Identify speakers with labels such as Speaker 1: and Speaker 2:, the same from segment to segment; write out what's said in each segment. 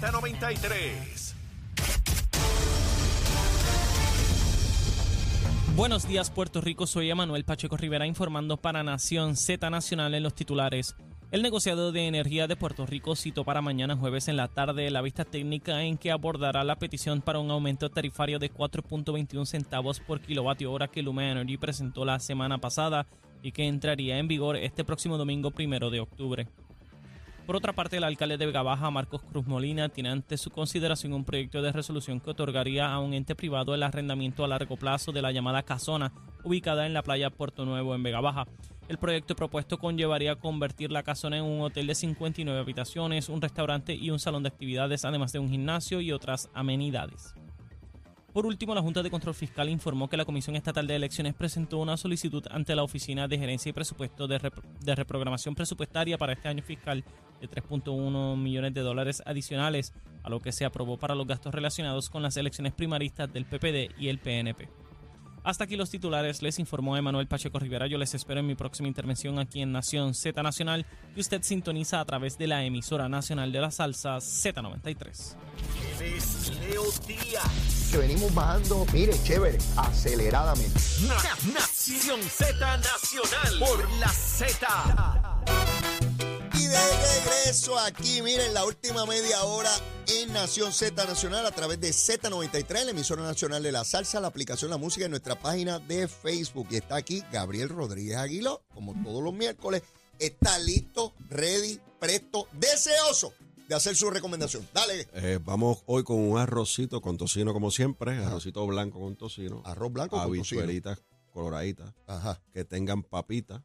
Speaker 1: Z93.
Speaker 2: Buenos días Puerto Rico, soy Emanuel Pacheco Rivera informando para Nación Z Nacional en los titulares. El negociador de energía de Puerto Rico citó para mañana jueves en la tarde la vista técnica en que abordará la petición para un aumento tarifario de 4.21 centavos por kilovatio hora que Luma Energy presentó la semana pasada y que entraría en vigor este próximo domingo primero de octubre. Por otra parte, el alcalde de Vega Baja, Marcos Cruz Molina, tiene ante su consideración un proyecto de resolución que otorgaría a un ente privado el arrendamiento a largo plazo de la llamada casona, ubicada en la playa Puerto Nuevo en Vega Baja. El proyecto propuesto conllevaría convertir la casona en un hotel de 59 habitaciones, un restaurante y un salón de actividades, además de un gimnasio y otras amenidades. Por último, la Junta de Control Fiscal informó que la Comisión Estatal de Elecciones presentó una solicitud ante la Oficina de Gerencia y Presupuesto de, Repro- de Reprogramación Presupuestaria para este año fiscal de 3.1 millones de dólares adicionales a lo que se aprobó para los gastos relacionados con las elecciones primaristas del PPD y el PNP. Hasta aquí los titulares, les informó Emanuel Pacheco Rivera. Yo les espero en mi próxima intervención aquí en Nación Z Nacional, que usted sintoniza a través de la emisora nacional de la salsa Z93.
Speaker 1: Él es Leo Díaz.
Speaker 3: que venimos bajando, mire, chévere, aceleradamente.
Speaker 1: Na- Nación Z Nacional. Por la Z.
Speaker 4: Y de regreso aquí, miren, la última media hora en Nación Z Nacional a través de Z93, la emisora nacional de la salsa, la aplicación La Música en nuestra página de Facebook. Y está aquí Gabriel Rodríguez Aguiló, como todos los miércoles, está listo, ready, presto, deseoso de hacer su recomendación. Dale,
Speaker 5: Eh, vamos hoy con un arrocito con tocino, como siempre. Arrocito blanco con tocino.
Speaker 4: arroz Ah, blanco con tocino.
Speaker 5: Habichuelitas coloraditas
Speaker 4: Ajá,
Speaker 5: que tengen papitas.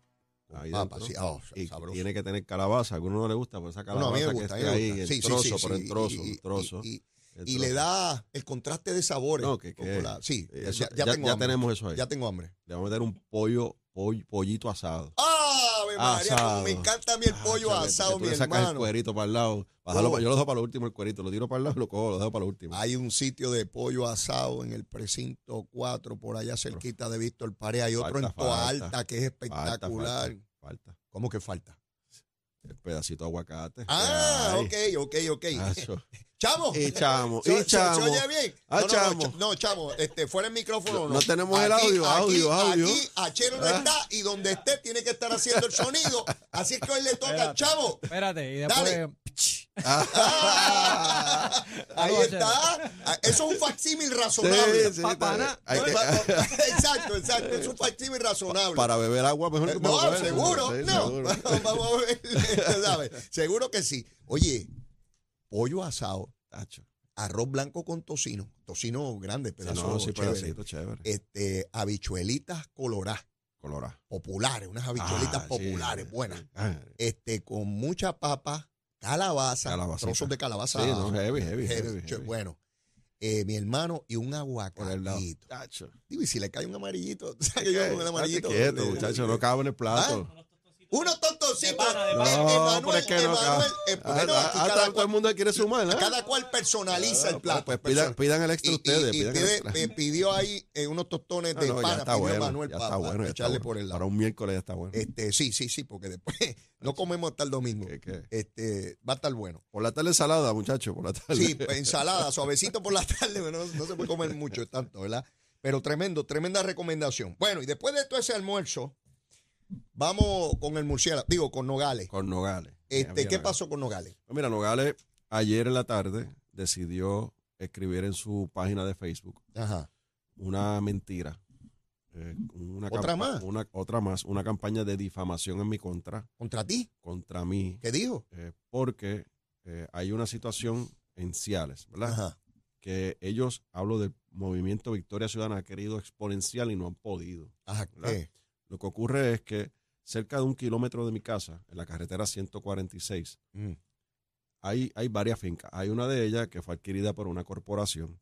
Speaker 5: ahí
Speaker 4: papa,
Speaker 5: dentro.
Speaker 4: sí, ah,
Speaker 5: y
Speaker 4: sabroso.
Speaker 5: tiene que tener calabaza. A alguno no le gusta, pues esa
Speaker 4: No, no, a mí me
Speaker 5: calabaza que
Speaker 4: gusta, a mí
Speaker 5: esté
Speaker 4: me
Speaker 5: ahí
Speaker 4: gusta.
Speaker 5: en
Speaker 4: Sí, sí,
Speaker 5: trozo,
Speaker 4: sí,
Speaker 5: por
Speaker 4: sí,
Speaker 5: el trozo,
Speaker 4: y- y-
Speaker 5: en trozo.
Speaker 4: y-
Speaker 5: en
Speaker 4: y
Speaker 5: trozo.
Speaker 4: le da el contraste de sabores.
Speaker 5: No, que- que-
Speaker 4: con la- sí,
Speaker 5: Eso,
Speaker 4: ya, ya
Speaker 5: ya-
Speaker 4: tengo
Speaker 5: ya
Speaker 4: hambre,
Speaker 5: tenemos eso ahí.
Speaker 4: Ya tengo hambre.
Speaker 5: Le vamos a meter un pollo, poll- pollito asado.
Speaker 4: ¡Ave María!
Speaker 5: Asado.
Speaker 4: como me encanta a mí el pollo
Speaker 5: Ah, chale,
Speaker 4: asado,
Speaker 5: que tú
Speaker 4: mi
Speaker 5: le sacas el
Speaker 4: hermano.
Speaker 5: cuerito para el lado. Bájalo
Speaker 4: Oh.
Speaker 5: pa- yo lo dejo para lo último el cuerito. Lo tiro para el lado y lo cojo, lo dejo para lo último.
Speaker 4: Hay un sitio de pollo asado en el precinto 4, por allá cerquita de Víctor Pareja. Hay otro
Speaker 5: Falta,
Speaker 4: en Toa
Speaker 5: falta.
Speaker 4: Alta, que es
Speaker 5: Falta, falta,
Speaker 4: espectacular.
Speaker 5: Falta.
Speaker 4: ¿Cómo que falta?
Speaker 5: El pedacito de aguacate.
Speaker 4: Ah,
Speaker 5: Ay,
Speaker 4: ok, ok, ok.
Speaker 5: cacho.
Speaker 4: ¡Chamo!
Speaker 5: Y chamo,
Speaker 4: ¿Se-
Speaker 5: y
Speaker 4: se- se
Speaker 5: chamo.
Speaker 4: oye bien? no,
Speaker 5: Ah,
Speaker 4: no,
Speaker 5: chamo.
Speaker 4: No, ch- no, chamo, este, fuera el micrófono.
Speaker 5: No,
Speaker 4: No,
Speaker 5: no tenemos el audio, audio, audio.
Speaker 4: Aquí, Achero no
Speaker 5: Ah.
Speaker 4: está y donde esté tiene que estar haciendo el sonido. Así es que hoy le toca al
Speaker 6: Espérate.
Speaker 4: chavo.
Speaker 6: Espérate, y
Speaker 4: Dale.
Speaker 6: después.
Speaker 4: Ah, ahí
Speaker 6: Saludos,
Speaker 4: está. Ah, Eso es un facsímil
Speaker 5: Sí,
Speaker 4: razonable.
Speaker 5: sí,
Speaker 6: Papana.
Speaker 5: hay que-
Speaker 4: exacto, exacto. Es un facsímil razonable.
Speaker 5: para beber agua mejor
Speaker 4: Eh,
Speaker 5: que para
Speaker 4: no,
Speaker 5: beber.
Speaker 4: seguro.
Speaker 5: Sí,
Speaker 4: no,
Speaker 5: seguro.
Speaker 4: vamos a ver. tú ¿sabes? Seguro que sí. Oye, pollo asado,
Speaker 5: Tacho.
Speaker 4: arroz blanco con tocino, tocino grande,
Speaker 5: No,
Speaker 4: pedazo
Speaker 5: sí,
Speaker 4: chévere.
Speaker 5: pedacito, chévere.
Speaker 4: Este, habichuelitas coloradas,
Speaker 5: Colorado.
Speaker 4: populares, unas habichuelitas
Speaker 5: Ah, sí,
Speaker 4: populares, buenas.
Speaker 5: Ah,
Speaker 4: Este, con mucha papa, calabaza,
Speaker 5: Calabacita.
Speaker 4: trozos de
Speaker 5: Sí,
Speaker 4: calabaza
Speaker 5: no, heavy,
Speaker 4: Heavy,
Speaker 5: heavy, heavy,
Speaker 4: che,
Speaker 5: heavy.
Speaker 4: Bueno, eh, mi hermano y un
Speaker 5: Por el lado.
Speaker 4: aguacatito.
Speaker 5: Tacho.
Speaker 4: Digo, y si le cae un amarillito, ¿tú sabes que yo con el
Speaker 5: Estate
Speaker 4: amarillito?
Speaker 5: quieto,
Speaker 4: le- Ah,
Speaker 5: muchacho, no cabe en el plato.
Speaker 4: Unos tontocitos.
Speaker 2: De pana, de
Speaker 4: Eh,
Speaker 2: pana.
Speaker 5: No,
Speaker 4: Emanuel,
Speaker 5: pero es que no cabe.
Speaker 4: Emanuel, eh, ¿por qué no?
Speaker 5: Ah,
Speaker 4: Aquí
Speaker 5: ah,
Speaker 4: cada,
Speaker 5: Todo el
Speaker 4: cual,
Speaker 5: mundo quiere sumar, ¿eh?
Speaker 4: cada cual personaliza el plato.
Speaker 5: Pues pidan,
Speaker 4: Person-
Speaker 5: pidan el
Speaker 4: y,
Speaker 5: extra
Speaker 4: y-
Speaker 5: ustedes.
Speaker 4: y
Speaker 5: pidan el
Speaker 4: pide-
Speaker 5: extra.
Speaker 4: eh, pidió ahí eh, unos tostones
Speaker 5: No,
Speaker 4: de
Speaker 5: no, ya
Speaker 4: pana,
Speaker 5: está
Speaker 4: pidió
Speaker 5: bueno,
Speaker 4: Emanuel
Speaker 5: ya
Speaker 4: para,
Speaker 5: está bueno, ya está
Speaker 4: echarle
Speaker 5: bueno.
Speaker 4: por el
Speaker 5: Para
Speaker 4: lado.
Speaker 5: un miércoles ya está bueno.
Speaker 4: Este, sí, sí, sí, porque después no comemos hasta el domingo.
Speaker 5: ¿Qué, qué?
Speaker 4: Este, va a estar bueno.
Speaker 5: Por la tarde ensalada, muchacho, por la tarde.
Speaker 4: Sí, pues, ensalada, suavecito por la tarde, pero no, no se puede comer mucho tanto, ¿verdad? Pero tremendo, tremenda recomendación. Bueno, y después de todo ese almuerzo, vamos con el murciélago, digo, con Nogales.
Speaker 5: Con Nogales.
Speaker 4: Este,
Speaker 5: Mira,
Speaker 4: ¿Qué
Speaker 5: Nogales.
Speaker 4: pasó con Nogales?
Speaker 5: Pues Mira, Nogales ayer en la tarde decidió escribir en su página de Facebook
Speaker 4: Ajá.
Speaker 5: una mentira. eh, una
Speaker 4: ¿Otra
Speaker 5: campa-
Speaker 4: más?
Speaker 5: Una, otra más, una campaña de difamación en mi contra,
Speaker 4: ¿Contra ti?
Speaker 5: contra mí,
Speaker 4: ¿Qué dijo?
Speaker 5: eh, porque eh, hay una situación en Ciales, ¿verdad?
Speaker 4: Ajá.
Speaker 5: Que ellos, hablo del movimiento Victoria Ciudadana, ha querido exponencial y no han podido.
Speaker 4: Ajá,
Speaker 5: ¿Verdad?
Speaker 4: ¿qué?
Speaker 5: Lo que ocurre es que cerca de un kilómetro de mi casa, en la carretera 146,
Speaker 4: Mm.
Speaker 5: hay, hay varias fincas. Hay una de ellas que fue adquirida por una corporación.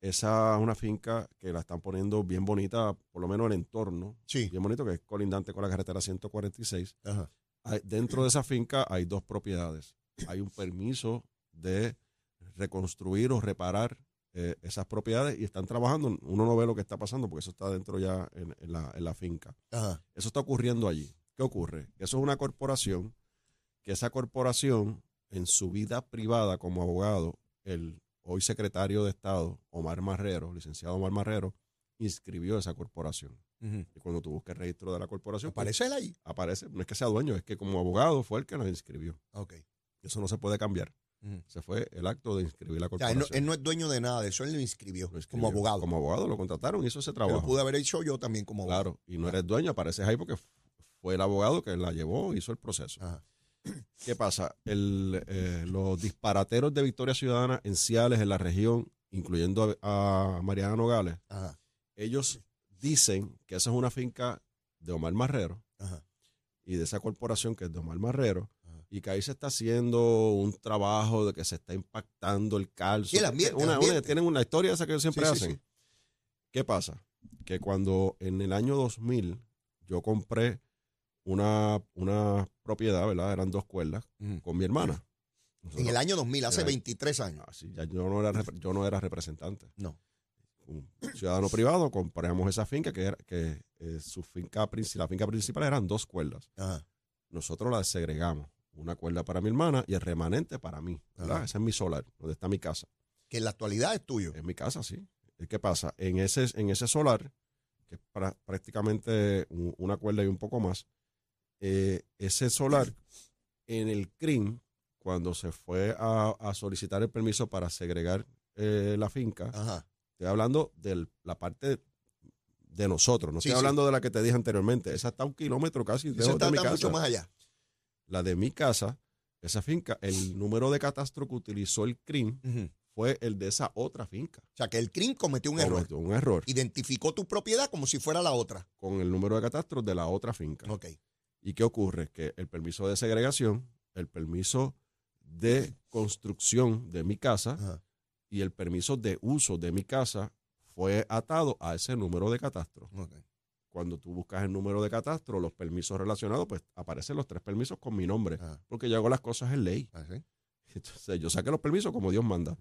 Speaker 5: Esa es una finca que la están poniendo bien bonita, por lo menos el entorno,
Speaker 4: Sí.
Speaker 5: bien bonito, que es colindante con la carretera 146.
Speaker 4: Ajá.
Speaker 5: Hay- dentro de esa finca hay dos propiedades. Hay un permiso de reconstruir o reparar eh, esas propiedades y están trabajando. Uno no ve lo que está pasando porque eso está dentro ya en- en la- en la finca.
Speaker 4: Ajá.
Speaker 5: Eso está ocurriendo allí. ¿Qué ocurre? Eso es una corporación, que esa corporación en su vida privada como abogado, el hoy secretario de Estado, Omar Marrero, licenciado Omar Marrero, inscribió esa corporación.
Speaker 4: Ujú.
Speaker 5: Y cuando tú buscas el registro de la corporación, pues,
Speaker 4: ¿Aparece él ahí?
Speaker 5: aparece, no es que sea dueño, es que como abogado fue el que la inscribió.
Speaker 4: Ok.
Speaker 5: Eso no se puede cambiar.
Speaker 4: Ujú.
Speaker 5: Se fue el acto de inscribir la
Speaker 4: O sea, él
Speaker 5: corporación.
Speaker 4: no, él no es dueño de nada de eso, él lo inscribió,
Speaker 5: Lo inscribió.
Speaker 4: como abogado.
Speaker 5: Como abogado lo contrataron y eso se
Speaker 4: Que
Speaker 5: trabajó.
Speaker 4: Lo pude haber hecho yo también como abogado. Ah.
Speaker 5: Claro, y no eres dueño, apareces ahí porque f- fue el abogado que la llevó, hizo el proceso.
Speaker 4: Ajá.
Speaker 5: ¿Qué pasa? El, eh, los disparateros de Victoria Ciudadana en Ciales, en la región, incluyendo a, a Mariana Nogales,
Speaker 4: Ajá,
Speaker 5: ellos dicen que esa es una finca de Omar Marrero
Speaker 4: ajá.
Speaker 5: y de esa corporación que es de Omar Marrero,
Speaker 4: Ajá.
Speaker 5: y que ahí se está haciendo un trabajo de que se está impactando el calcio.
Speaker 4: Y el ambiente,
Speaker 5: Una-
Speaker 4: el
Speaker 5: una-
Speaker 4: ambiente.
Speaker 5: tienen una historia esa que ellos siempre
Speaker 4: Sí, sí,
Speaker 5: hacen.
Speaker 4: sí.
Speaker 5: ¿Qué pasa? Que cuando en el año 2000 yo compré una, una propiedad, ¿verdad? Eran dos cuerdas
Speaker 4: Ujú.
Speaker 5: con mi hermana. Nosotros-
Speaker 4: En el año 2000, hace
Speaker 5: Era-
Speaker 4: 23 años.
Speaker 5: Ah, sí, ya yo, no era, repre- yo no era representante.
Speaker 4: No.
Speaker 5: Un ciudadano privado, compramos esa finca, que, era, que eh, su finca, princi- la finca principal eran dos cuerdas.
Speaker 4: Ajá.
Speaker 5: Nosotros la segregamos. Una cuerda para mi hermana y el remanente para mí. ¿verdad?
Speaker 4: Ajá.
Speaker 5: Ese es mi solar, donde está mi casa.
Speaker 4: Que en la actualidad es tuyo.
Speaker 5: En mi casa, sí. ¿Y ¿Qué pasa? En ese, en ese solar, que es pra- prácticamente u- una cuerda y un poco más, eh, ese solar, en el CRIM, cuando se fue a, a solicitar el permiso para segregar eh, la finca,
Speaker 4: Ajá.
Speaker 5: estoy hablando de la parte de nosotros, no
Speaker 4: Sí,
Speaker 5: estoy
Speaker 4: sí.
Speaker 5: hablando de la que te dije anteriormente, esa está a un kilómetro casi de,
Speaker 4: Eso
Speaker 5: de
Speaker 4: está,
Speaker 5: mi
Speaker 4: está
Speaker 5: casa
Speaker 4: mucho más allá.
Speaker 5: la de mi casa, esa finca, el número de catastro que utilizó el CRIM fue el de esa otra finca.
Speaker 4: O sea, que el CRIM cometió un error.
Speaker 5: Cometió Un error
Speaker 4: Identificó tu propiedad como si fuera la otra.
Speaker 5: con el número de catastro de la otra finca.
Speaker 4: Ok.
Speaker 5: ¿Y qué ocurre? Que el permiso de segregación, el permiso de construcción de mi casa
Speaker 4: Ajá.
Speaker 5: y el permiso de uso de mi casa fue atado a ese número de catastro.
Speaker 4: ok.
Speaker 5: Cuando tú buscas el número de catastro, los permisos relacionados, pues aparecen los tres permisos con mi nombre,
Speaker 4: Ajá.
Speaker 5: porque yo hago las cosas en ley.
Speaker 4: Ah, sí.
Speaker 5: Entonces, yo saqué los permisos como Dios manda.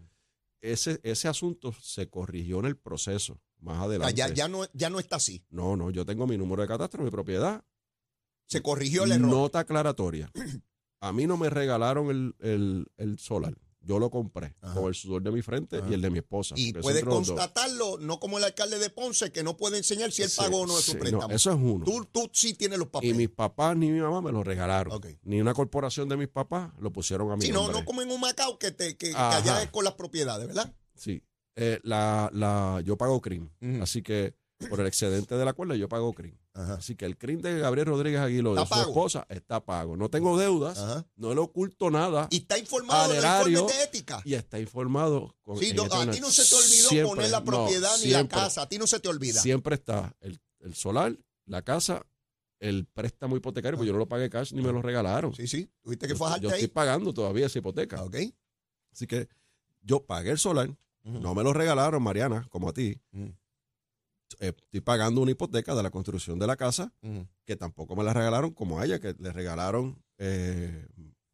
Speaker 5: Ese, ese asunto se corrigió en el proceso más
Speaker 4: O sea,
Speaker 5: adelante.
Speaker 4: ya, ya, no, ya no está así.
Speaker 5: No, no, yo tengo mi número de catastro, mi propiedad,
Speaker 4: Se corrigió el error.
Speaker 5: nota aclaratoria. A mí no me regalaron el, el- el solar. Yo lo compré
Speaker 4: Ajá.
Speaker 5: con el sudor de mi frente
Speaker 4: Ajá.
Speaker 5: y el de mi esposa.
Speaker 4: y
Speaker 5: porque
Speaker 4: puedes
Speaker 5: siempre los dos.
Speaker 4: constatarlo, no como el alcalde de Ponce, que no puede enseñar si él
Speaker 5: Sí,
Speaker 4: pagó o no de su
Speaker 5: sí,
Speaker 4: préstamo.
Speaker 5: eso es uno.
Speaker 4: tú, tú sí tienes los
Speaker 5: y
Speaker 4: papeles.
Speaker 5: mis papás ni mi mamá me lo regalaron.
Speaker 4: Ok.
Speaker 5: Ni una corporación de mis papás lo pusieron a mi
Speaker 4: Sí, no,
Speaker 5: nombre.
Speaker 4: no como en un Macao que, te, que, que
Speaker 5: Ajá.
Speaker 4: allá es con las propiedades, ¿verdad?
Speaker 5: Sí. Eh, la, la, yo pago CRIM.
Speaker 4: Ujú.
Speaker 5: Así que por el excedente de la cuerda yo pago CRIM.
Speaker 4: Ajá.
Speaker 5: Así que el CRIM de Gabriel Rodríguez Aguiló, de
Speaker 4: Está
Speaker 5: su
Speaker 4: pago.
Speaker 5: esposa, está pago. No tengo deudas,
Speaker 4: Ajá.
Speaker 5: no le oculto nada
Speaker 4: Y está informado
Speaker 5: Al
Speaker 4: de
Speaker 5: erario.
Speaker 4: informes de ética.
Speaker 5: y está informado. Con,
Speaker 4: Sí,
Speaker 5: en
Speaker 4: no,
Speaker 5: este
Speaker 4: a ti
Speaker 5: anuncio.
Speaker 4: no se te olvidó
Speaker 5: Siempre,
Speaker 4: poner la
Speaker 5: no,
Speaker 4: propiedad ni la
Speaker 5: siempre,
Speaker 4: casa. A ti no se te olvida.
Speaker 5: Siempre está el, el solar, la casa, el préstamo hipotecario,
Speaker 4: Ah.
Speaker 5: porque yo no lo pagué cash ni me lo regalaron.
Speaker 4: Sí, sí. Tuviste que
Speaker 5: yo
Speaker 4: fajarte
Speaker 5: yo estoy
Speaker 4: ahí.
Speaker 5: pagando todavía esa hipoteca.
Speaker 4: Ah, ok.
Speaker 5: Así que yo pagué el solar,
Speaker 4: Ujú.
Speaker 5: no me lo regalaron, Mariana, como a ti.
Speaker 4: Ujú.
Speaker 5: Eh, Estoy pagando una hipoteca de la construcción de la casa
Speaker 4: Ujú.
Speaker 5: que tampoco me la regalaron como a ella, que le regalaron eh,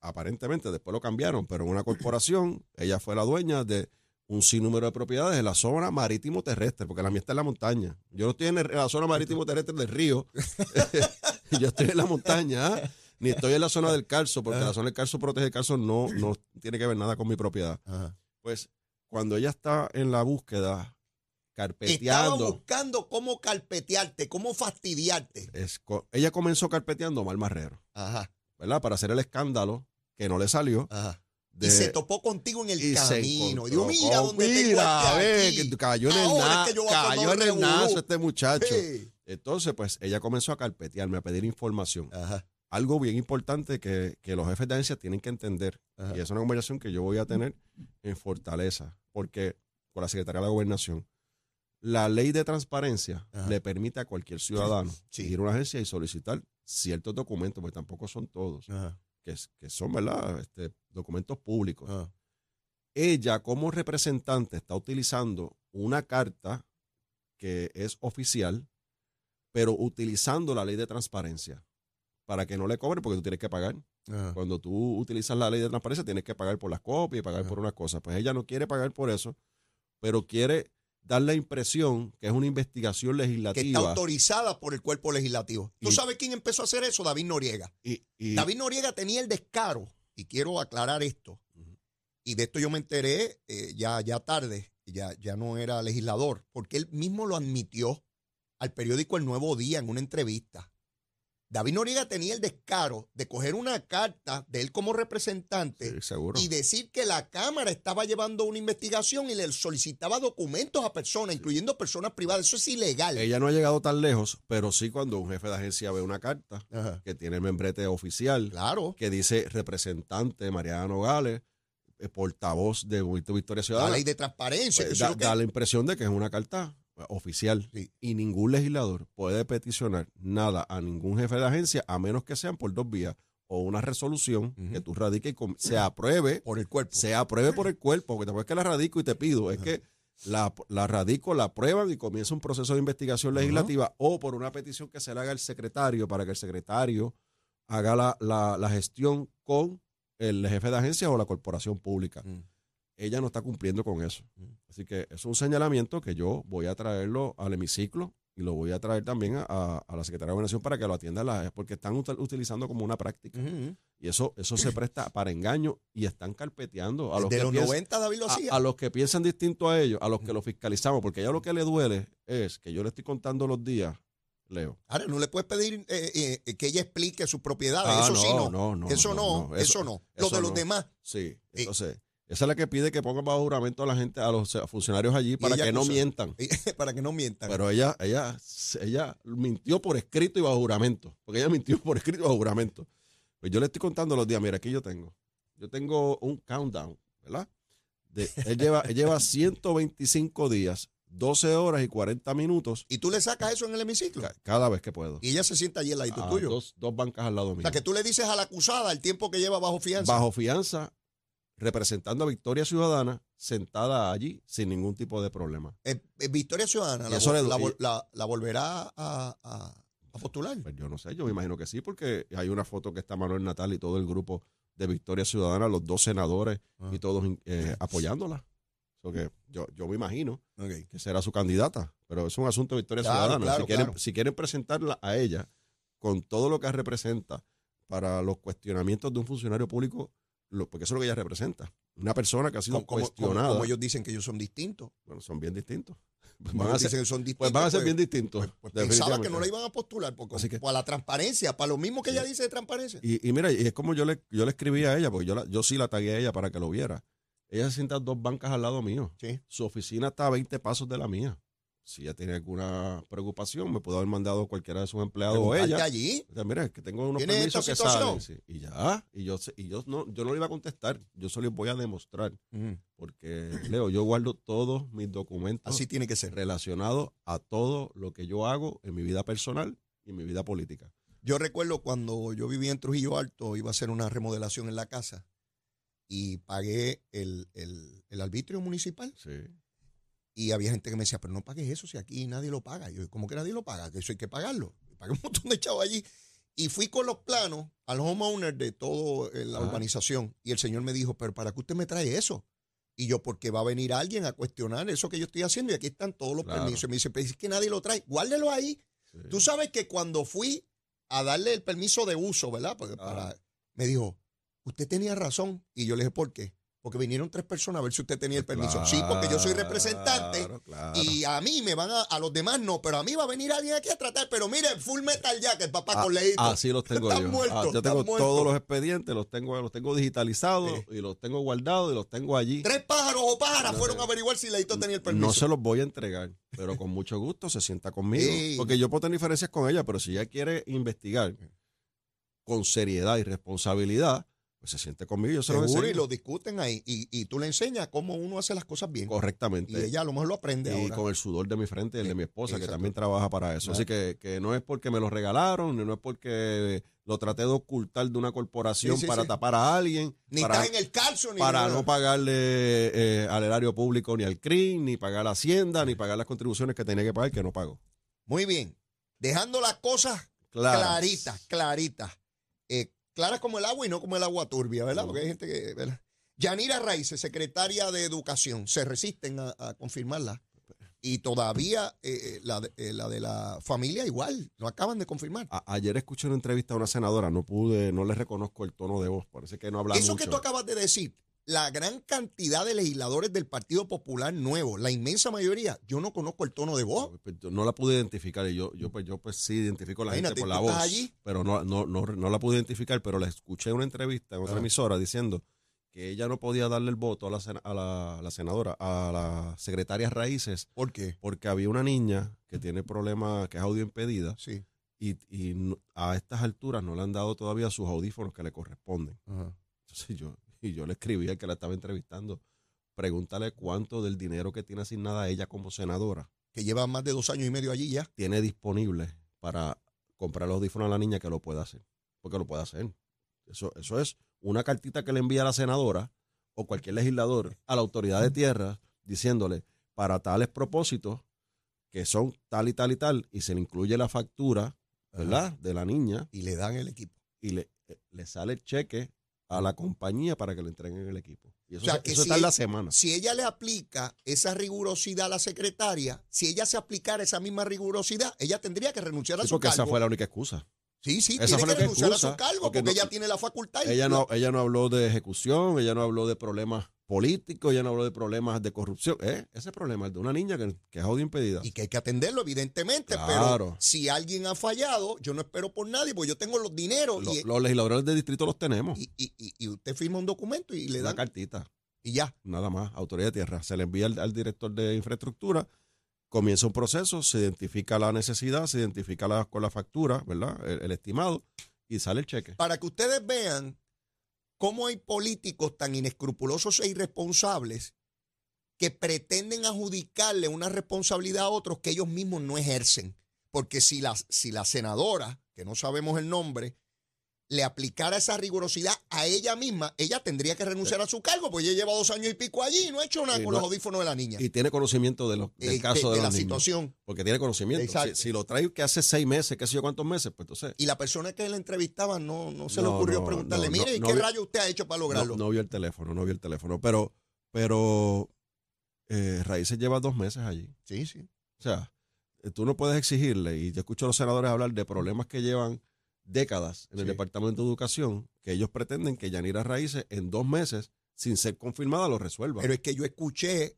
Speaker 5: aparentemente, después lo cambiaron, pero en una corporación, ella fue la dueña de un sinnúmero de propiedades en la zona marítimo terrestre, porque la mía está en la montaña. Yo no estoy en el- en la zona marítimo terrestre del río, yo estoy en la montaña, ¿ah? ni estoy en la zona del calzo, porque la zona del calzo protege el calzo, no, no tiene que ver nada con mi propiedad.
Speaker 4: Ajá.
Speaker 5: Pues cuando ella está en la búsqueda,
Speaker 4: Estaba
Speaker 5: carpeteando,
Speaker 4: buscando cómo carpetearte, cómo fastidiarte.
Speaker 5: es co- ella comenzó carpeteando a Omar Marrero.
Speaker 4: Ajá,
Speaker 5: ¿verdad? Para hacer el escándalo que no le salió.
Speaker 4: ajá.
Speaker 5: de-
Speaker 4: y se topó contigo en el
Speaker 5: y se
Speaker 4: camino.
Speaker 5: encontró
Speaker 4: Y dijo, mira
Speaker 5: con-
Speaker 4: dónde tengo
Speaker 5: mira,
Speaker 4: este
Speaker 5: ve,
Speaker 4: aquí.
Speaker 5: que cayó en el,
Speaker 4: Ahora
Speaker 5: na-
Speaker 4: es que yo voy a
Speaker 5: cayó
Speaker 4: formar
Speaker 5: en el
Speaker 4: un
Speaker 5: nazo
Speaker 4: revolú.
Speaker 5: este muchacho.
Speaker 4: Sí.
Speaker 5: Entonces, pues ella comenzó a carpetearme, a pedir información.
Speaker 4: Ajá,
Speaker 5: Algo bien importante que, que los jefes de agencia tienen que entender.
Speaker 4: ajá.
Speaker 5: Y es una conversación que yo voy a tener en Fortaleza, porque con la Secretaría de la Gobernación, la ley de transparencia
Speaker 4: Ajá.
Speaker 5: le permite a cualquier ciudadano
Speaker 4: Sí.
Speaker 5: ir a una agencia y solicitar ciertos documentos, porque tampoco son todos
Speaker 4: Ajá,
Speaker 5: que, que son ¿verdad? Este, documentos públicos.
Speaker 4: ajá.
Speaker 5: Ella como representante está utilizando una carta que es oficial, pero utilizando la ley de transparencia para que no le cobren porque tú tienes que pagar.
Speaker 4: Ajá.
Speaker 5: Cuando tú utilizas la ley de transparencia tienes que pagar por las copias y pagar
Speaker 4: Ajá.
Speaker 5: por unas cosas. Pues ella no quiere pagar por eso, pero quiere dar la impresión que es una investigación
Speaker 4: Que está
Speaker 5: legislativa.
Speaker 4: autorizada por el cuerpo legislativo. ¿Tú
Speaker 5: Y-
Speaker 4: sabes quién empezó a hacer eso? David Noriega.
Speaker 5: y, y-
Speaker 4: David Noriega tenía el descaro y quiero aclarar esto, y de esto yo me enteré eh, ya, ya tarde, ya, ya no era legislador, porque él mismo lo admitió al periódico El Nuevo Día en una entrevista. David Noriega tenía el descaro de coger una carta de él como representante
Speaker 5: Sí, seguro.
Speaker 4: y decir que la Cámara estaba llevando una investigación y le solicitaba documentos a personas, incluyendo personas privadas. Eso es ilegal.
Speaker 5: Ella no ha llegado tan lejos, pero sí cuando un jefe de agencia ve una carta
Speaker 4: Ajá.
Speaker 5: que tiene el membrete oficial,
Speaker 4: Claro.
Speaker 5: que dice representante Mariano Gales, eh, portavoz de Movimiento Victoria
Speaker 4: La
Speaker 5: Ciudadana,
Speaker 4: ley de transparencia.
Speaker 5: pues,
Speaker 4: eso
Speaker 5: da,
Speaker 4: es lo que-
Speaker 5: da la impresión de que es una carta eh, oficial.
Speaker 4: Sí.
Speaker 5: Y ningún legislador puede peticionar nada a ningún jefe de agencia a menos que sean por dos vías o una resolución que tú radiques y com- se apruebe
Speaker 4: por el cuerpo.
Speaker 5: se apruebe por el cuerpo, que tampoco es que la radico y te pido, es que la, la radico, la aprueban y comienza un proceso de investigación legislativa o por una petición que se le haga al secretario para que el secretario haga la, la- la gestión con el jefe de agencia o la corporación pública.
Speaker 4: Mm.
Speaker 5: Ella no está cumpliendo con eso. Así que es un señalamiento que yo voy a traerlo al hemiciclo y lo voy a traer también a, a- a la Secretaría de Gobernación para que lo atienda, la, E porque están util- utilizando como una práctica.
Speaker 4: Ujú.
Speaker 5: Y eso, eso se presta para engaño y están carpeteando a los,
Speaker 4: de
Speaker 5: que
Speaker 4: los
Speaker 5: piensan,
Speaker 4: 90 David lo hacía.
Speaker 5: a, a los que piensan distinto a ellos, a los que lo fiscalizamos, porque a ella lo que le duele es que yo le estoy contando los días, Leo.
Speaker 4: Ahora, no le puedes pedir eh, eh, que ella explique sus propiedades.
Speaker 5: Ah,
Speaker 4: eso sí, no.
Speaker 5: no, no,
Speaker 4: eso no, eso no. Lo
Speaker 5: eso
Speaker 4: de los
Speaker 5: no.
Speaker 4: demás.
Speaker 5: Sí,
Speaker 4: Y-
Speaker 5: entonces, esa es la que pide que pongan bajo juramento a la gente, a los eh, funcionarios allí, para
Speaker 4: ella
Speaker 5: que no
Speaker 4: acusa.
Speaker 5: mientan.
Speaker 4: para que no mientan.
Speaker 5: Pero ella, ella, ella mintió por escrito y bajo juramento. Porque ella mintió por escrito y bajo juramento. Pues yo le estoy contando los días. Mira, aquí yo tengo. Yo tengo un countdown, ¿verdad? De, él, lleva, él lleva 125 días, 12 horas y 40 minutos
Speaker 4: y tú le sacas eso en el hemiciclo.
Speaker 5: ca- Ah, cada vez que puedo.
Speaker 4: Y ella se sienta allí al lado
Speaker 5: A
Speaker 4: tuyo.
Speaker 5: Dos, dos bancas al lado
Speaker 4: o
Speaker 5: mío.
Speaker 4: sea, que tú le dices a la acusada el tiempo que lleva bajo fianza.
Speaker 5: Bajo fianza, representando a Victoria Ciudadana, sentada allí sin ningún tipo de problema.
Speaker 4: Eh, eh, Victoria Ciudadana
Speaker 5: Y
Speaker 4: la,
Speaker 5: eso
Speaker 4: vol-
Speaker 5: le-
Speaker 4: la
Speaker 5: y-
Speaker 4: vol- la- la volverá a, a- a postular.
Speaker 5: Pues yo no sé, yo me imagino que sí, porque hay una foto que está Manuel Natal y todo el grupo de Victoria Ciudadana, los dos senadores
Speaker 4: Ah.
Speaker 5: y todos eh, apoyándola. So que yo, yo me imagino
Speaker 4: Ok.
Speaker 5: que será su candidata, pero es un asunto de Victoria
Speaker 4: Claro,
Speaker 5: Ciudadana.
Speaker 4: claro,
Speaker 5: si, quieren,
Speaker 4: claro.
Speaker 5: si quieren presentarla a ella con todo lo que representa para los cuestionamientos de un funcionario público, lo- porque eso es lo que ella representa. Una persona que ha sido
Speaker 4: Como, como-
Speaker 5: cuestionada.
Speaker 4: como ellos dicen que ellos son distintos.
Speaker 5: bueno, son bien distintos. Pues Van
Speaker 4: Como
Speaker 5: a ser-
Speaker 4: dicen que son distintos.
Speaker 5: pues van a ser bien distintos.
Speaker 4: pues- pues pensaba que no la
Speaker 5: definitivamente.
Speaker 4: iban a postular porque,
Speaker 5: Así que-
Speaker 4: para la transparencia, para lo mismo que
Speaker 5: Sí.
Speaker 4: ella dice de transparencia.
Speaker 5: Y, y mira, y es como yo le, yo le escribí a ella, porque yo, la- yo sí la tagué a ella para que lo viera. Ella se sienta dos bancas al lado mío.
Speaker 4: Sí.
Speaker 5: Su oficina está a 20 pasos de la mía. Si ella tiene alguna preocupación, me pudo haber mandado cualquiera de sus empleados o
Speaker 4: Preguntarte
Speaker 5: ella.
Speaker 4: allí.
Speaker 5: O sea, mira, es que tengo unos
Speaker 4: ¿Tienes
Speaker 5: permisos
Speaker 4: esta
Speaker 5: que
Speaker 4: situación?
Speaker 5: salen. sí. Y ya, y yo sé- y yo no, yo no le iba a contestar, yo solo les voy a demostrar. Porque, Leo, yo guardo todos mis documentos
Speaker 4: Así tiene que ser.
Speaker 5: relacionados a todo lo que yo hago en mi vida personal y en mi vida política.
Speaker 4: Yo recuerdo cuando yo vivía en Trujillo Alto, iba a hacer una remodelación en la casa y pagué el, el, el arbitrio municipal
Speaker 5: Sí.
Speaker 4: y había gente que me decía, pero no pagues eso si aquí nadie lo paga. Y yo, ¿cómo que nadie lo paga? Que eso hay que pagarlo. Y pagué un montón de chavos allí. Y fui con los planos al homeowner de toda la
Speaker 5: Ajá.
Speaker 4: urbanización y el señor me dijo, pero ¿para qué usted me trae eso? Y yo, porque va a venir alguien a cuestionar eso que yo estoy haciendo y aquí están todos los
Speaker 5: Claro.
Speaker 4: permisos. Y me dice, pero es que nadie lo trae, guárdelo ahí.
Speaker 5: sí.
Speaker 4: Tú sabes que cuando fui a darle el permiso de uso, ¿verdad? Porque para- me dijo, usted tenía razón. Y yo le dije, ¿por qué? Porque vinieron tres personas a ver si usted tenía el permiso. sí, porque yo soy representante.
Speaker 5: Pues Claro, claro.
Speaker 4: Y a mí me van a, a los demás no, pero a mí va a venir alguien aquí a tratar. Pero mire, full metal ya, que el papá
Speaker 5: Ah,
Speaker 4: con leído.
Speaker 5: Así los tengo
Speaker 4: Están
Speaker 5: yo.
Speaker 4: muertos,
Speaker 5: Ah, yo
Speaker 4: están
Speaker 5: tengo
Speaker 4: muertos.
Speaker 5: todos los expedientes, los tengo, los tengo digitalizados
Speaker 4: Sí.
Speaker 5: y los tengo guardados y los tengo allí.
Speaker 4: Tres pájaros o pájaras
Speaker 5: No,
Speaker 4: fueron
Speaker 5: no.
Speaker 4: a averiguar si Leito tenía el permiso.
Speaker 5: No se los voy a entregar, pero con mucho gusto se sienta conmigo.
Speaker 4: Sí.
Speaker 5: Porque yo puedo tener diferencias con ella, pero si ella quiere investigar con seriedad y responsabilidad, pues se siente conmigo y yo se lo
Speaker 4: Seguro, y
Speaker 5: enseño
Speaker 4: lo discuten ahí. Y, y tú le enseñas cómo uno hace las cosas bien.
Speaker 5: correctamente.
Speaker 4: Y ella a lo mejor lo aprende
Speaker 5: y
Speaker 4: ahora.
Speaker 5: con el sudor de mi frente y el de
Speaker 4: Sí,
Speaker 5: mi esposa, que
Speaker 4: exacto.
Speaker 5: también trabaja para eso. Así que, que no es porque me lo regalaron, ni no es porque lo traté de ocultar de una corporación
Speaker 4: Sí, sí,
Speaker 5: para
Speaker 4: sí.
Speaker 5: tapar a alguien,
Speaker 4: Ni
Speaker 5: para,
Speaker 4: estás en el calcio, ni
Speaker 5: para
Speaker 4: nada.
Speaker 5: no pagarle eh, al erario público ni al CRIM, ni pagar la Hacienda, ni pagar las contribuciones que tenía que pagar, que no pagó.
Speaker 4: Muy bien. Dejando las cosas
Speaker 5: Claro.
Speaker 4: claritas, claritas. Eh, claras como el agua y no como el agua turbia, ¿verdad? Porque hay gente que. ¿verdad? Yanira Raíces, secretaria de Educación, se resisten a, a confirmarla. Y todavía eh, eh, la, de- eh, la de la familia igual, no acaban de confirmar.
Speaker 5: A- ayer escuché una entrevista a una senadora, no pude, no le reconozco el tono de voz, parece que no habla
Speaker 4: Eso
Speaker 5: mucho.
Speaker 4: que tú acabas de decir, la gran cantidad de legisladores del Partido Popular Nuevo, la inmensa mayoría, yo no conozco el tono de voz.
Speaker 5: Pues, yo No la pude identificar y yo, yo, pues, yo pues sí identifico a la
Speaker 4: Imagínate,
Speaker 5: gente por
Speaker 4: tú
Speaker 5: la voz,
Speaker 4: estás allí.
Speaker 5: pero no, no, no, no la pude identificar, pero la escuché en una entrevista en otra
Speaker 4: Ah.
Speaker 5: emisora diciendo que ella no podía darle el voto a la, sena- a la- a la senadora, a la secretaria Raíces,
Speaker 4: ¿Por qué?
Speaker 5: porque había una niña que tiene problemas, que es audio impedida,
Speaker 4: Sí.
Speaker 5: y, y no- a estas alturas no le han dado todavía sus audífonos que le corresponden. Entonces yo, y yo le escribí al que la estaba entrevistando, pregúntale cuánto del dinero que tiene asignada ella como senadora
Speaker 4: Que lleva más de dos años y medio allí ya.
Speaker 5: tiene disponible para comprar los audífonos a la niña que lo pueda hacer. Porque lo puede hacer. Eso, eso es una cartita que le envía la senadora o cualquier legislador a la autoridad de tierra diciéndole para tales propósitos que son tal y tal y tal y se le incluye la factura, ¿verdad? De la niña
Speaker 4: Y le dan el equipo.
Speaker 5: y le, eh, le sale el cheque a la compañía para que le entreguen el equipo. Y eso,
Speaker 4: O sea,
Speaker 5: se-
Speaker 4: que
Speaker 5: eso
Speaker 4: si- e-,
Speaker 5: tarda semanas.
Speaker 4: Si ella le aplica esa rigurosidad a la secretaria, si ella se aplicara esa misma rigurosidad, ella tendría que renunciar a
Speaker 5: Sí,
Speaker 4: su
Speaker 5: porque
Speaker 4: cargo.
Speaker 5: esa fue la única excusa.
Speaker 4: Sí, sí,
Speaker 5: esa
Speaker 4: tiene
Speaker 5: fue
Speaker 4: que
Speaker 5: la que
Speaker 4: renunciar a
Speaker 5: excusa,
Speaker 4: su cargo
Speaker 5: porque
Speaker 4: porque,
Speaker 5: no-
Speaker 4: ella tiene la facultad. y
Speaker 5: Ella
Speaker 4: la-
Speaker 5: no, ella no habló de ejecución, ella no habló de problemas políticos, ella no habló de problemas de corrupción. ¿eh? Ese problema es de una niña que, que es audio impedida.
Speaker 4: y que hay que atenderlo, evidentemente, pero
Speaker 5: Claro.
Speaker 4: si alguien ha fallado, yo no espero por nadie, porque yo tengo los dineros
Speaker 5: Lo-
Speaker 4: y,
Speaker 5: los legisladores de distrito los tenemos.
Speaker 4: y, y- y- y usted firma un documento y le
Speaker 5: Una
Speaker 4: da
Speaker 5: cartita,
Speaker 4: y ya.
Speaker 5: nada más, autoridad de tierra. Se le envía al, al director de infraestructura, comienza un proceso, se identifica la necesidad, se identifica la, con la factura, ¿verdad? El, el estimado, y sale el cheque.
Speaker 4: Para que ustedes vean cómo hay políticos tan inescrupulosos e irresponsables que pretenden adjudicarle una responsabilidad a otros que ellos mismos no ejercen. Porque si la, si la senadora, que no sabemos el nombre, le aplicara esa rigurosidad a ella misma, ella tendría que renunciar a su cargo, porque ella lleva dos años y pico allí y no ha hecho nada
Speaker 5: Y
Speaker 4: con
Speaker 5: no-
Speaker 4: los audífonos de la niña.
Speaker 5: Y tiene conocimiento de lo- del
Speaker 4: Eh,
Speaker 5: caso de,
Speaker 4: la
Speaker 5: los niños,
Speaker 4: situación.
Speaker 5: Porque tiene conocimiento.
Speaker 4: Exacto.
Speaker 5: Si, si lo trae que hace seis meses, qué sé yo cuántos meses, pues entonces
Speaker 4: Y la persona que la entrevistaba no, no se le
Speaker 5: No,
Speaker 4: ocurrió
Speaker 5: no,
Speaker 4: preguntarle,
Speaker 5: no,
Speaker 4: mire,
Speaker 5: no,
Speaker 4: ¿y
Speaker 5: no
Speaker 4: qué
Speaker 5: vi-
Speaker 4: rayo usted ha hecho para lograrlo?
Speaker 5: No, no vio el teléfono, no vio el teléfono. Pero, pero eh, Raíces lleva dos meses allí.
Speaker 4: Sí, sí.
Speaker 5: O sea, eh, tú no puedes exigirle, y yo escucho a los senadores hablar de problemas que llevan décadas en el
Speaker 4: Sí.
Speaker 5: Departamento de Educación, que ellos pretenden que Yanira Raíces en dos meses, sin ser confirmada, lo resuelva.
Speaker 4: Pero es que yo escuché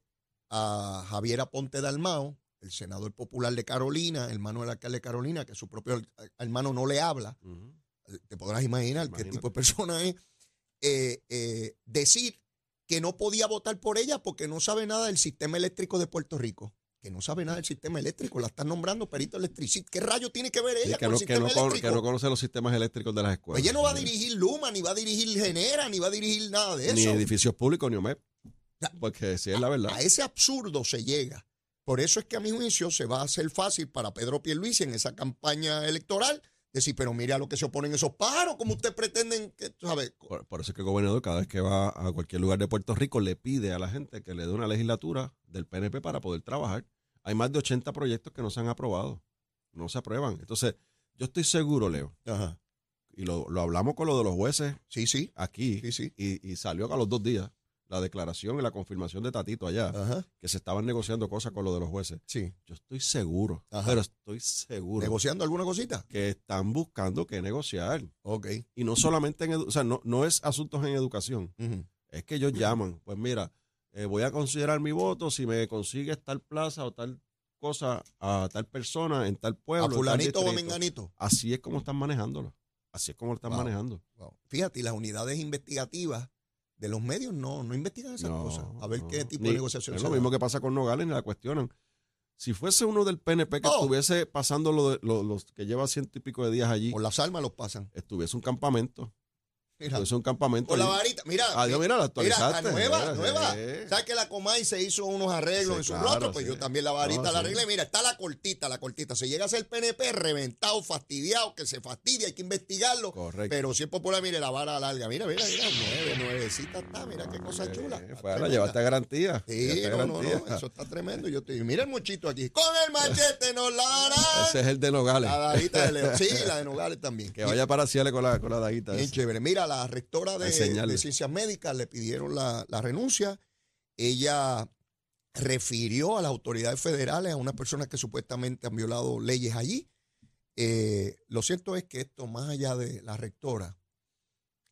Speaker 4: a Javier Aponte Dalmao, el senador popular de Carolina, hermano del alcalde de Carolina, que su propio al- hermano no le habla, eh,
Speaker 5: Ujú.
Speaker 4: te podrás imaginar qué
Speaker 5: Imagínate.
Speaker 4: tipo de persona es, eh, eh, decir que no podía votar por ella porque no sabe nada del sistema eléctrico de Puerto Rico. Que no sabe nada del sistema eléctrico, la están nombrando perito electricista. ¿Qué rayo tiene que ver
Speaker 5: Sí,
Speaker 4: ella
Speaker 5: que,
Speaker 4: con
Speaker 5: no,
Speaker 4: el
Speaker 5: que, no
Speaker 4: sistema
Speaker 5: con-
Speaker 4: eléctrico? Pues
Speaker 5: que no conoce los sistemas eléctricos de las escuelas.
Speaker 4: ella no va a dirigir Luma, ni va a dirigir Genera, ni va a dirigir nada de eso.
Speaker 5: ni edificios públicos, ni OMEP.
Speaker 4: Ya.
Speaker 5: Porque si es la verdad.
Speaker 4: A ese absurdo se llega. Por eso es que a mi juicio se va a hacer fácil para Pedro Pierluisi en esa campaña electoral decir, pero mira lo que se oponen esos pájaros, como ustedes pretenden que, ¿sabes?
Speaker 5: Por, por eso es que el gobernador cada vez que va a cualquier lugar de Puerto Rico le pide a la gente que le dé una legislatura del PNP para poder trabajar. Hay más de 80 proyectos que no se han aprobado, no se aprueban. Entonces, yo estoy seguro, Leo,
Speaker 4: Ajá.
Speaker 5: y lo, lo hablamos con lo de los jueces
Speaker 4: Sí, sí,
Speaker 5: aquí,
Speaker 4: sí, sí.
Speaker 5: y, y salió a los dos días la declaración y la confirmación de Tatito allá,
Speaker 4: Ajá.
Speaker 5: que se estaban negociando cosas con lo de los jueces.
Speaker 4: Ah. Sí.
Speaker 5: Yo estoy seguro,
Speaker 4: Ajá.
Speaker 5: pero estoy seguro
Speaker 4: ¿Negociando alguna cosita?
Speaker 5: que están buscando que negociar.
Speaker 4: Ok.
Speaker 5: Y no solamente en, edu- o sea, no, no es asuntos en educación.
Speaker 4: Ujú.
Speaker 5: Es que ellos llaman, pues mira, eh, voy a considerar mi voto si me consigues tal plaza o tal cosa a tal persona en tal pueblo.
Speaker 4: A
Speaker 5: en tal
Speaker 4: fulanito o a
Speaker 5: distrito.
Speaker 4: menganito.
Speaker 5: Así es como están manejándolo. Así es como lo están
Speaker 4: Wow.
Speaker 5: manejando.
Speaker 4: Wow. Fíjate, y las unidades investigativas de los medios no, no investigan esas
Speaker 5: No,
Speaker 4: cosas. A ver
Speaker 5: no.
Speaker 4: qué tipo
Speaker 5: Ni-
Speaker 4: de negociación
Speaker 5: Es
Speaker 4: se
Speaker 5: lo
Speaker 4: da.
Speaker 5: mismo que pasa con Nogales, ni la cuestionan. Si fuese uno del PNP que
Speaker 4: Oh.
Speaker 5: estuviese pasando lo de- lo- los que lleva ciento y pico de días allí,
Speaker 4: Por las almas los pasan.
Speaker 5: estuviese un campamento.
Speaker 4: Mira,
Speaker 5: Estuviese un campamento.
Speaker 4: con la
Speaker 5: allí.
Speaker 4: varita. Mira, eh,
Speaker 5: Adiós, Ah, mira, la
Speaker 4: Mira, la
Speaker 5: actualizaste.
Speaker 4: nueva,
Speaker 5: mira,
Speaker 4: nueva.
Speaker 5: eh.
Speaker 4: ¿Sabes que la Comay se hizo unos arreglos
Speaker 5: Sí,
Speaker 4: en su
Speaker 5: claro,
Speaker 4: rato? Pues
Speaker 5: sí.
Speaker 4: yo también la varita
Speaker 5: No,
Speaker 4: la
Speaker 5: sí.
Speaker 4: arreglé. Mira, está la cortita, la cortita. Se llega a ser PNP reventado, fastidiado, que se fastidia, hay que investigarlo.
Speaker 5: Correcto.
Speaker 4: Pero si es popular, mire, la vara larga. Mira, mira, mira, nueve, nuevecita está. Mira qué cosa chula.
Speaker 5: Eh,
Speaker 4: Está
Speaker 5: fuera,
Speaker 4: tremenda.
Speaker 5: llevaste a garantía.
Speaker 4: Sí,
Speaker 5: llevaste a
Speaker 4: no, no,
Speaker 5: garantía.
Speaker 4: no, eso está tremendo. Yo estoy, mira el mochito aquí. Con el machete nos la harán.
Speaker 5: Ese es el de Nogales.
Speaker 4: La varita de León. Sí, la de Nogales también.
Speaker 5: Que vaya para Ciales con la, con la daguita.
Speaker 4: Bien
Speaker 5: esa.
Speaker 4: chévere. Mira, la rectora de,
Speaker 5: Enseñarle.
Speaker 4: de Ciencias Médicas le pidieron la, la renuncia. Ella refirió a las autoridades federales a unas personas que supuestamente han violado leyes allí. Eh, lo cierto es que esto, más allá de la rectora,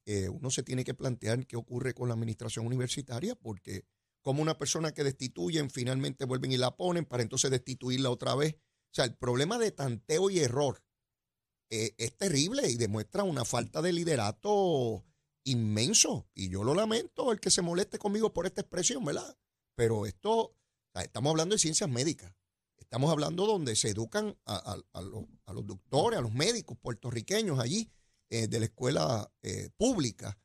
Speaker 4: eh, uno se tiene que plantear qué ocurre con la administración universitaria, porque como una persona que destituyen, finalmente vuelven y la ponen para entonces destituirla otra vez. O sea, el problema de tanteo y error eh, es terrible y demuestra una falta de liderato inmenso. Y yo lo lamento, el que se moleste conmigo por esta expresión, ¿verdad? Pero esto, o sea, estamos hablando de ciencias médicas. Estamos hablando donde se educan a, a- a los, a los doctores, a los médicos puertorriqueños allí eh, de la escuela eh, pública.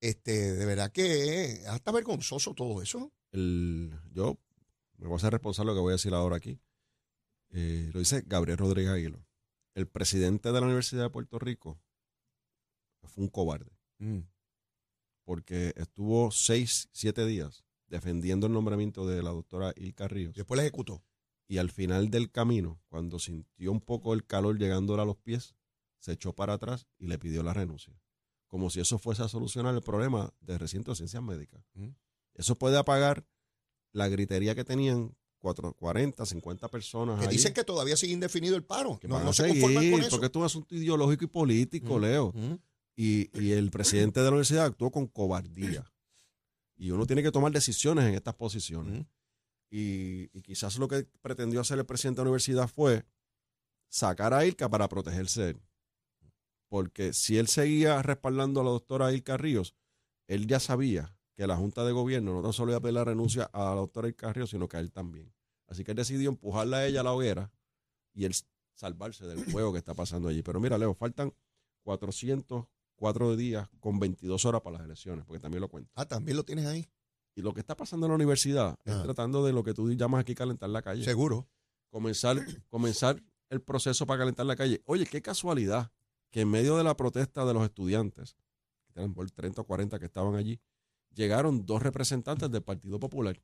Speaker 4: Este, de verdad que es hasta vergonzoso todo eso.
Speaker 5: el, yo me voy a hacer responsable de lo que voy a decir ahora aquí. Eh, lo dice Gabriel Rodríguez Aguilo. El presidente de la Universidad de Puerto Rico fue un cobarde porque estuvo seis, siete días defendiendo el nombramiento de la doctora Ilka Ríos.
Speaker 4: Después la ejecutó.
Speaker 5: Y al final del camino, cuando sintió un poco el calor llegándole a los pies, se echó para atrás y le pidió la renuncia. Como si eso fuese a solucionar el problema de recinto de ciencias médicas.
Speaker 4: Mm.
Speaker 5: Eso puede apagar la gritería que tenían cuatro- 40, 50 personas.
Speaker 4: Que
Speaker 5: allí,
Speaker 4: dicen que todavía sigue indefinido el paro.
Speaker 5: que
Speaker 4: no
Speaker 5: van
Speaker 4: no
Speaker 5: a
Speaker 4: se conforman con
Speaker 5: seguir,
Speaker 4: eso.
Speaker 5: porque esto es un asunto ideológico y político,
Speaker 4: Mm.
Speaker 5: Leo.
Speaker 4: Ujú.
Speaker 5: Y, y el presidente de la universidad actuó con cobardía. Y uno tiene que tomar decisiones en estas posiciones
Speaker 4: Ujú.
Speaker 5: y, y quizás lo que pretendió hacer el presidente de la universidad fue sacar a Ilka para protegerse de él. Porque si él seguía respaldando a la doctora Ilka Ríos, él ya sabía que la Junta de Gobierno no tan solo iba a pedir la renuncia a la doctora Ilka Ríos, sino que a él también. Así que él decidió empujarla a ella a la hoguera y él salvarse del juego que está pasando allí. Pero mira, Leo, faltan 404 días con 22 horas para las elecciones, porque también lo cuento.
Speaker 4: Ah, también lo tienes ahí.
Speaker 5: Y lo que está pasando en la universidad es
Speaker 4: Ajá.
Speaker 5: tratando de lo que tú llamas aquí calentar la calle.
Speaker 4: Seguro.
Speaker 5: Comenzar, comenzar el proceso para calentar la calle. Oye, qué casualidad que en medio de la protesta de los estudiantes, que eran por 30 o 40 que estaban allí, llegaron dos representantes del Partido Popular.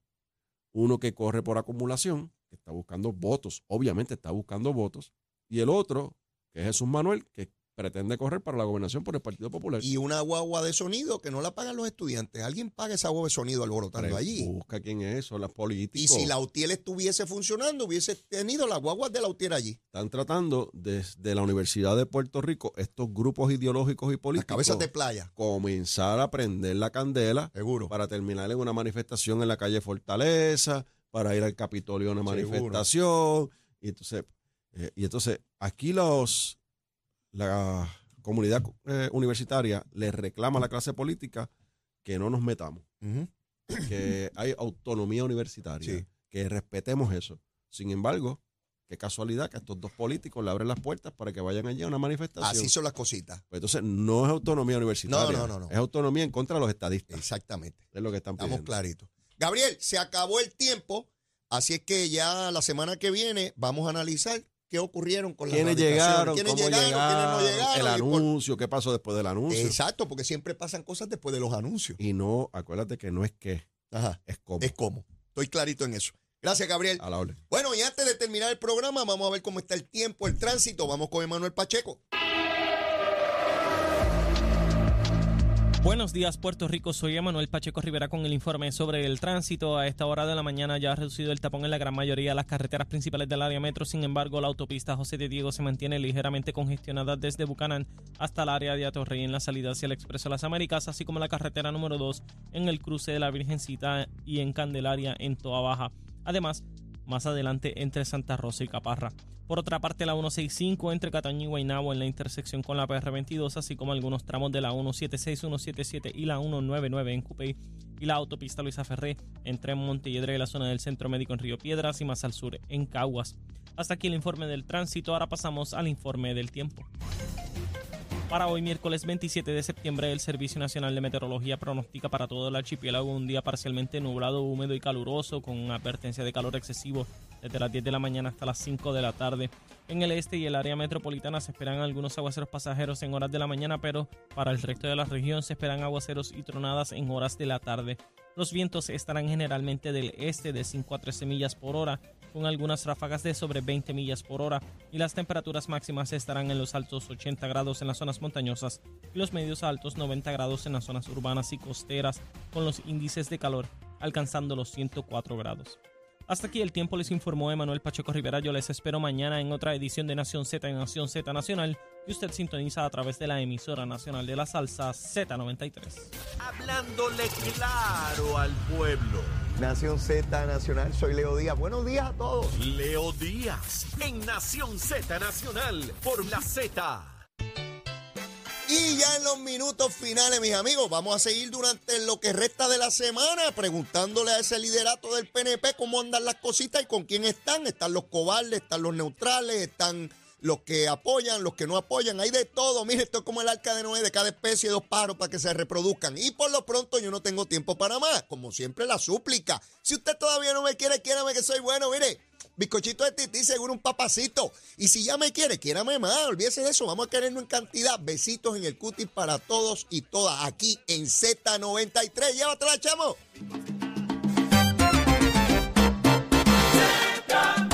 Speaker 5: Uno que corre por acumulación, que está buscando votos, obviamente está buscando votos, y el otro, que es Jesús Manuel, que pretende correr para la gobernación por el Partido Popular.
Speaker 4: Y una guagua de sonido que no la pagan los estudiantes. Alguien paga esa guagua de sonido alborotando allí.
Speaker 5: Busca quién es, son las
Speaker 4: Y
Speaker 5: políticas.
Speaker 4: si la UTIEL estuviese funcionando, hubiese tenido las guaguas de la UTIEL allí.
Speaker 5: están tratando desde la Universidad de Puerto Rico estos grupos ideológicos y
Speaker 4: Las
Speaker 5: políticos
Speaker 4: cabezas de playa.
Speaker 5: comenzar a prender la candela
Speaker 4: Seguro.
Speaker 5: para terminar en una manifestación en la calle Fortaleza, para ir al Capitolio a una
Speaker 4: Seguro.
Speaker 5: manifestación. Y entonces, eh, y entonces aquí los la comunidad eh, universitaria le reclama a la clase política que no nos metamos,
Speaker 4: Ujú.
Speaker 5: que hay autonomía universitaria,
Speaker 4: Sí.
Speaker 5: que respetemos eso. Sin embargo, qué casualidad que a estos dos políticos le abren las puertas para que vayan allí a una manifestación.
Speaker 4: Así son las cositas.
Speaker 5: Pues entonces no es autonomía universitaria.
Speaker 4: No, no, no, no.
Speaker 5: Es autonomía en contra de los estadistas.
Speaker 4: Exactamente.
Speaker 5: Es lo que están
Speaker 4: Estamos
Speaker 5: pidiendo.
Speaker 4: claritos. Gabriel, se acabó el tiempo. Así es que ya la semana que viene vamos a analizar qué ocurrieron con las
Speaker 5: ¿Quiénes
Speaker 4: radicaciones.
Speaker 5: llegaron?
Speaker 4: ¿Quiénes
Speaker 5: ¿Cómo
Speaker 4: llegaron? ¿Quiénes no
Speaker 5: El
Speaker 4: llegaron? y por-
Speaker 5: anuncio, ¿qué pasó después del anuncio?
Speaker 4: Exacto, porque siempre pasan cosas después de los anuncios.
Speaker 5: Y no, acuérdate que no es qué,
Speaker 4: Ajá.
Speaker 5: es cómo.
Speaker 4: Es como. Estoy clarito en eso. Gracias, Gabriel.
Speaker 5: A la orden.
Speaker 4: Bueno, y antes de terminar el programa, vamos a ver cómo está el tiempo, el tránsito. Vamos con Emanuel Pacheco.
Speaker 2: Buenos días, Puerto Rico. Soy Emanuel Pacheco Rivera con el informe sobre el tránsito. A esta hora de la mañana ya ha reducido el tapón en la gran mayoría de las carreteras principales del área metro. Sin embargo, la autopista José de Diego se mantiene ligeramente congestionada desde Bucanán hasta el área de Atorrey en la salida hacia el Expreso de las Américas, así como la carretera número 2 en el cruce de la Virgencita y en Candelaria en Toa Baja. Además, más adelante entre Santa Rosa y Caparra. Por otra parte, la 165 entre Cataño y Guaynabo en la intersección con la PR22, así como algunos tramos de la 176, 177 y la 199 en Cupey y la autopista Luisa Ferré entre Montelledra y la zona del Centro Médico en Río Piedras y más al sur en Caguas. Hasta aquí el informe del tránsito, ahora pasamos al informe del tiempo. Para hoy, miércoles 27 de septiembre, el Servicio Nacional de Meteorología pronostica para todo el archipiélago un día parcialmente nublado, húmedo y caluroso, con una advertencia de calor excesivo desde las 10 de la mañana hasta las 5 de la tarde. En el este y el área metropolitana se esperan algunos aguaceros pasajeros en horas de la mañana, pero para el resto de la región se esperan aguaceros y tronadas en horas de la tarde. Los vientos estarán generalmente del este de 5 a 13 millas por hora, con algunas ráfagas de sobre 20 millas por hora, y las temperaturas máximas estarán en los altos 80 grados en las zonas montañosas y los medios a altos 90 grados en las zonas urbanas y costeras, con los índices de calor alcanzando los 104 grados. Hasta aquí el tiempo les informó Emanuel Pacheco Rivera. Yo les espero mañana en otra edición de Nación Z en Nación Z Nacional. Y usted sintoniza a través de la emisora nacional de la salsa Z93.
Speaker 1: Hablándole claro al pueblo.
Speaker 3: Nación Z Nacional, soy Leo Díaz. Buenos días a todos.
Speaker 1: Leo Díaz en Nación Z Nacional por la Z.
Speaker 4: Y ya en los minutos finales, mis amigos, vamos a seguir durante lo que resta de la semana preguntándole a ese liderato del PNP cómo andan las cositas y con quién están. Están los cobardes, están los neutrales, están los que apoyan, los que no apoyan. Hay de todo. Mire, esto es como el arca de Noé, de cada especie dos paros para que se reproduzcan. Y por lo pronto yo no tengo tiempo para más. Como siempre, la súplica. Si usted todavía no me quiere, quiérame que soy bueno, mire. Bizcochito de tití, seguro un papacito. Y si ya me quiere, quiérame más. Olvídese de eso. Vamos a querernos en cantidad. Besitos en el cutis para todos y todas. Aquí en Z93. Llévatela, chamo.
Speaker 6: Come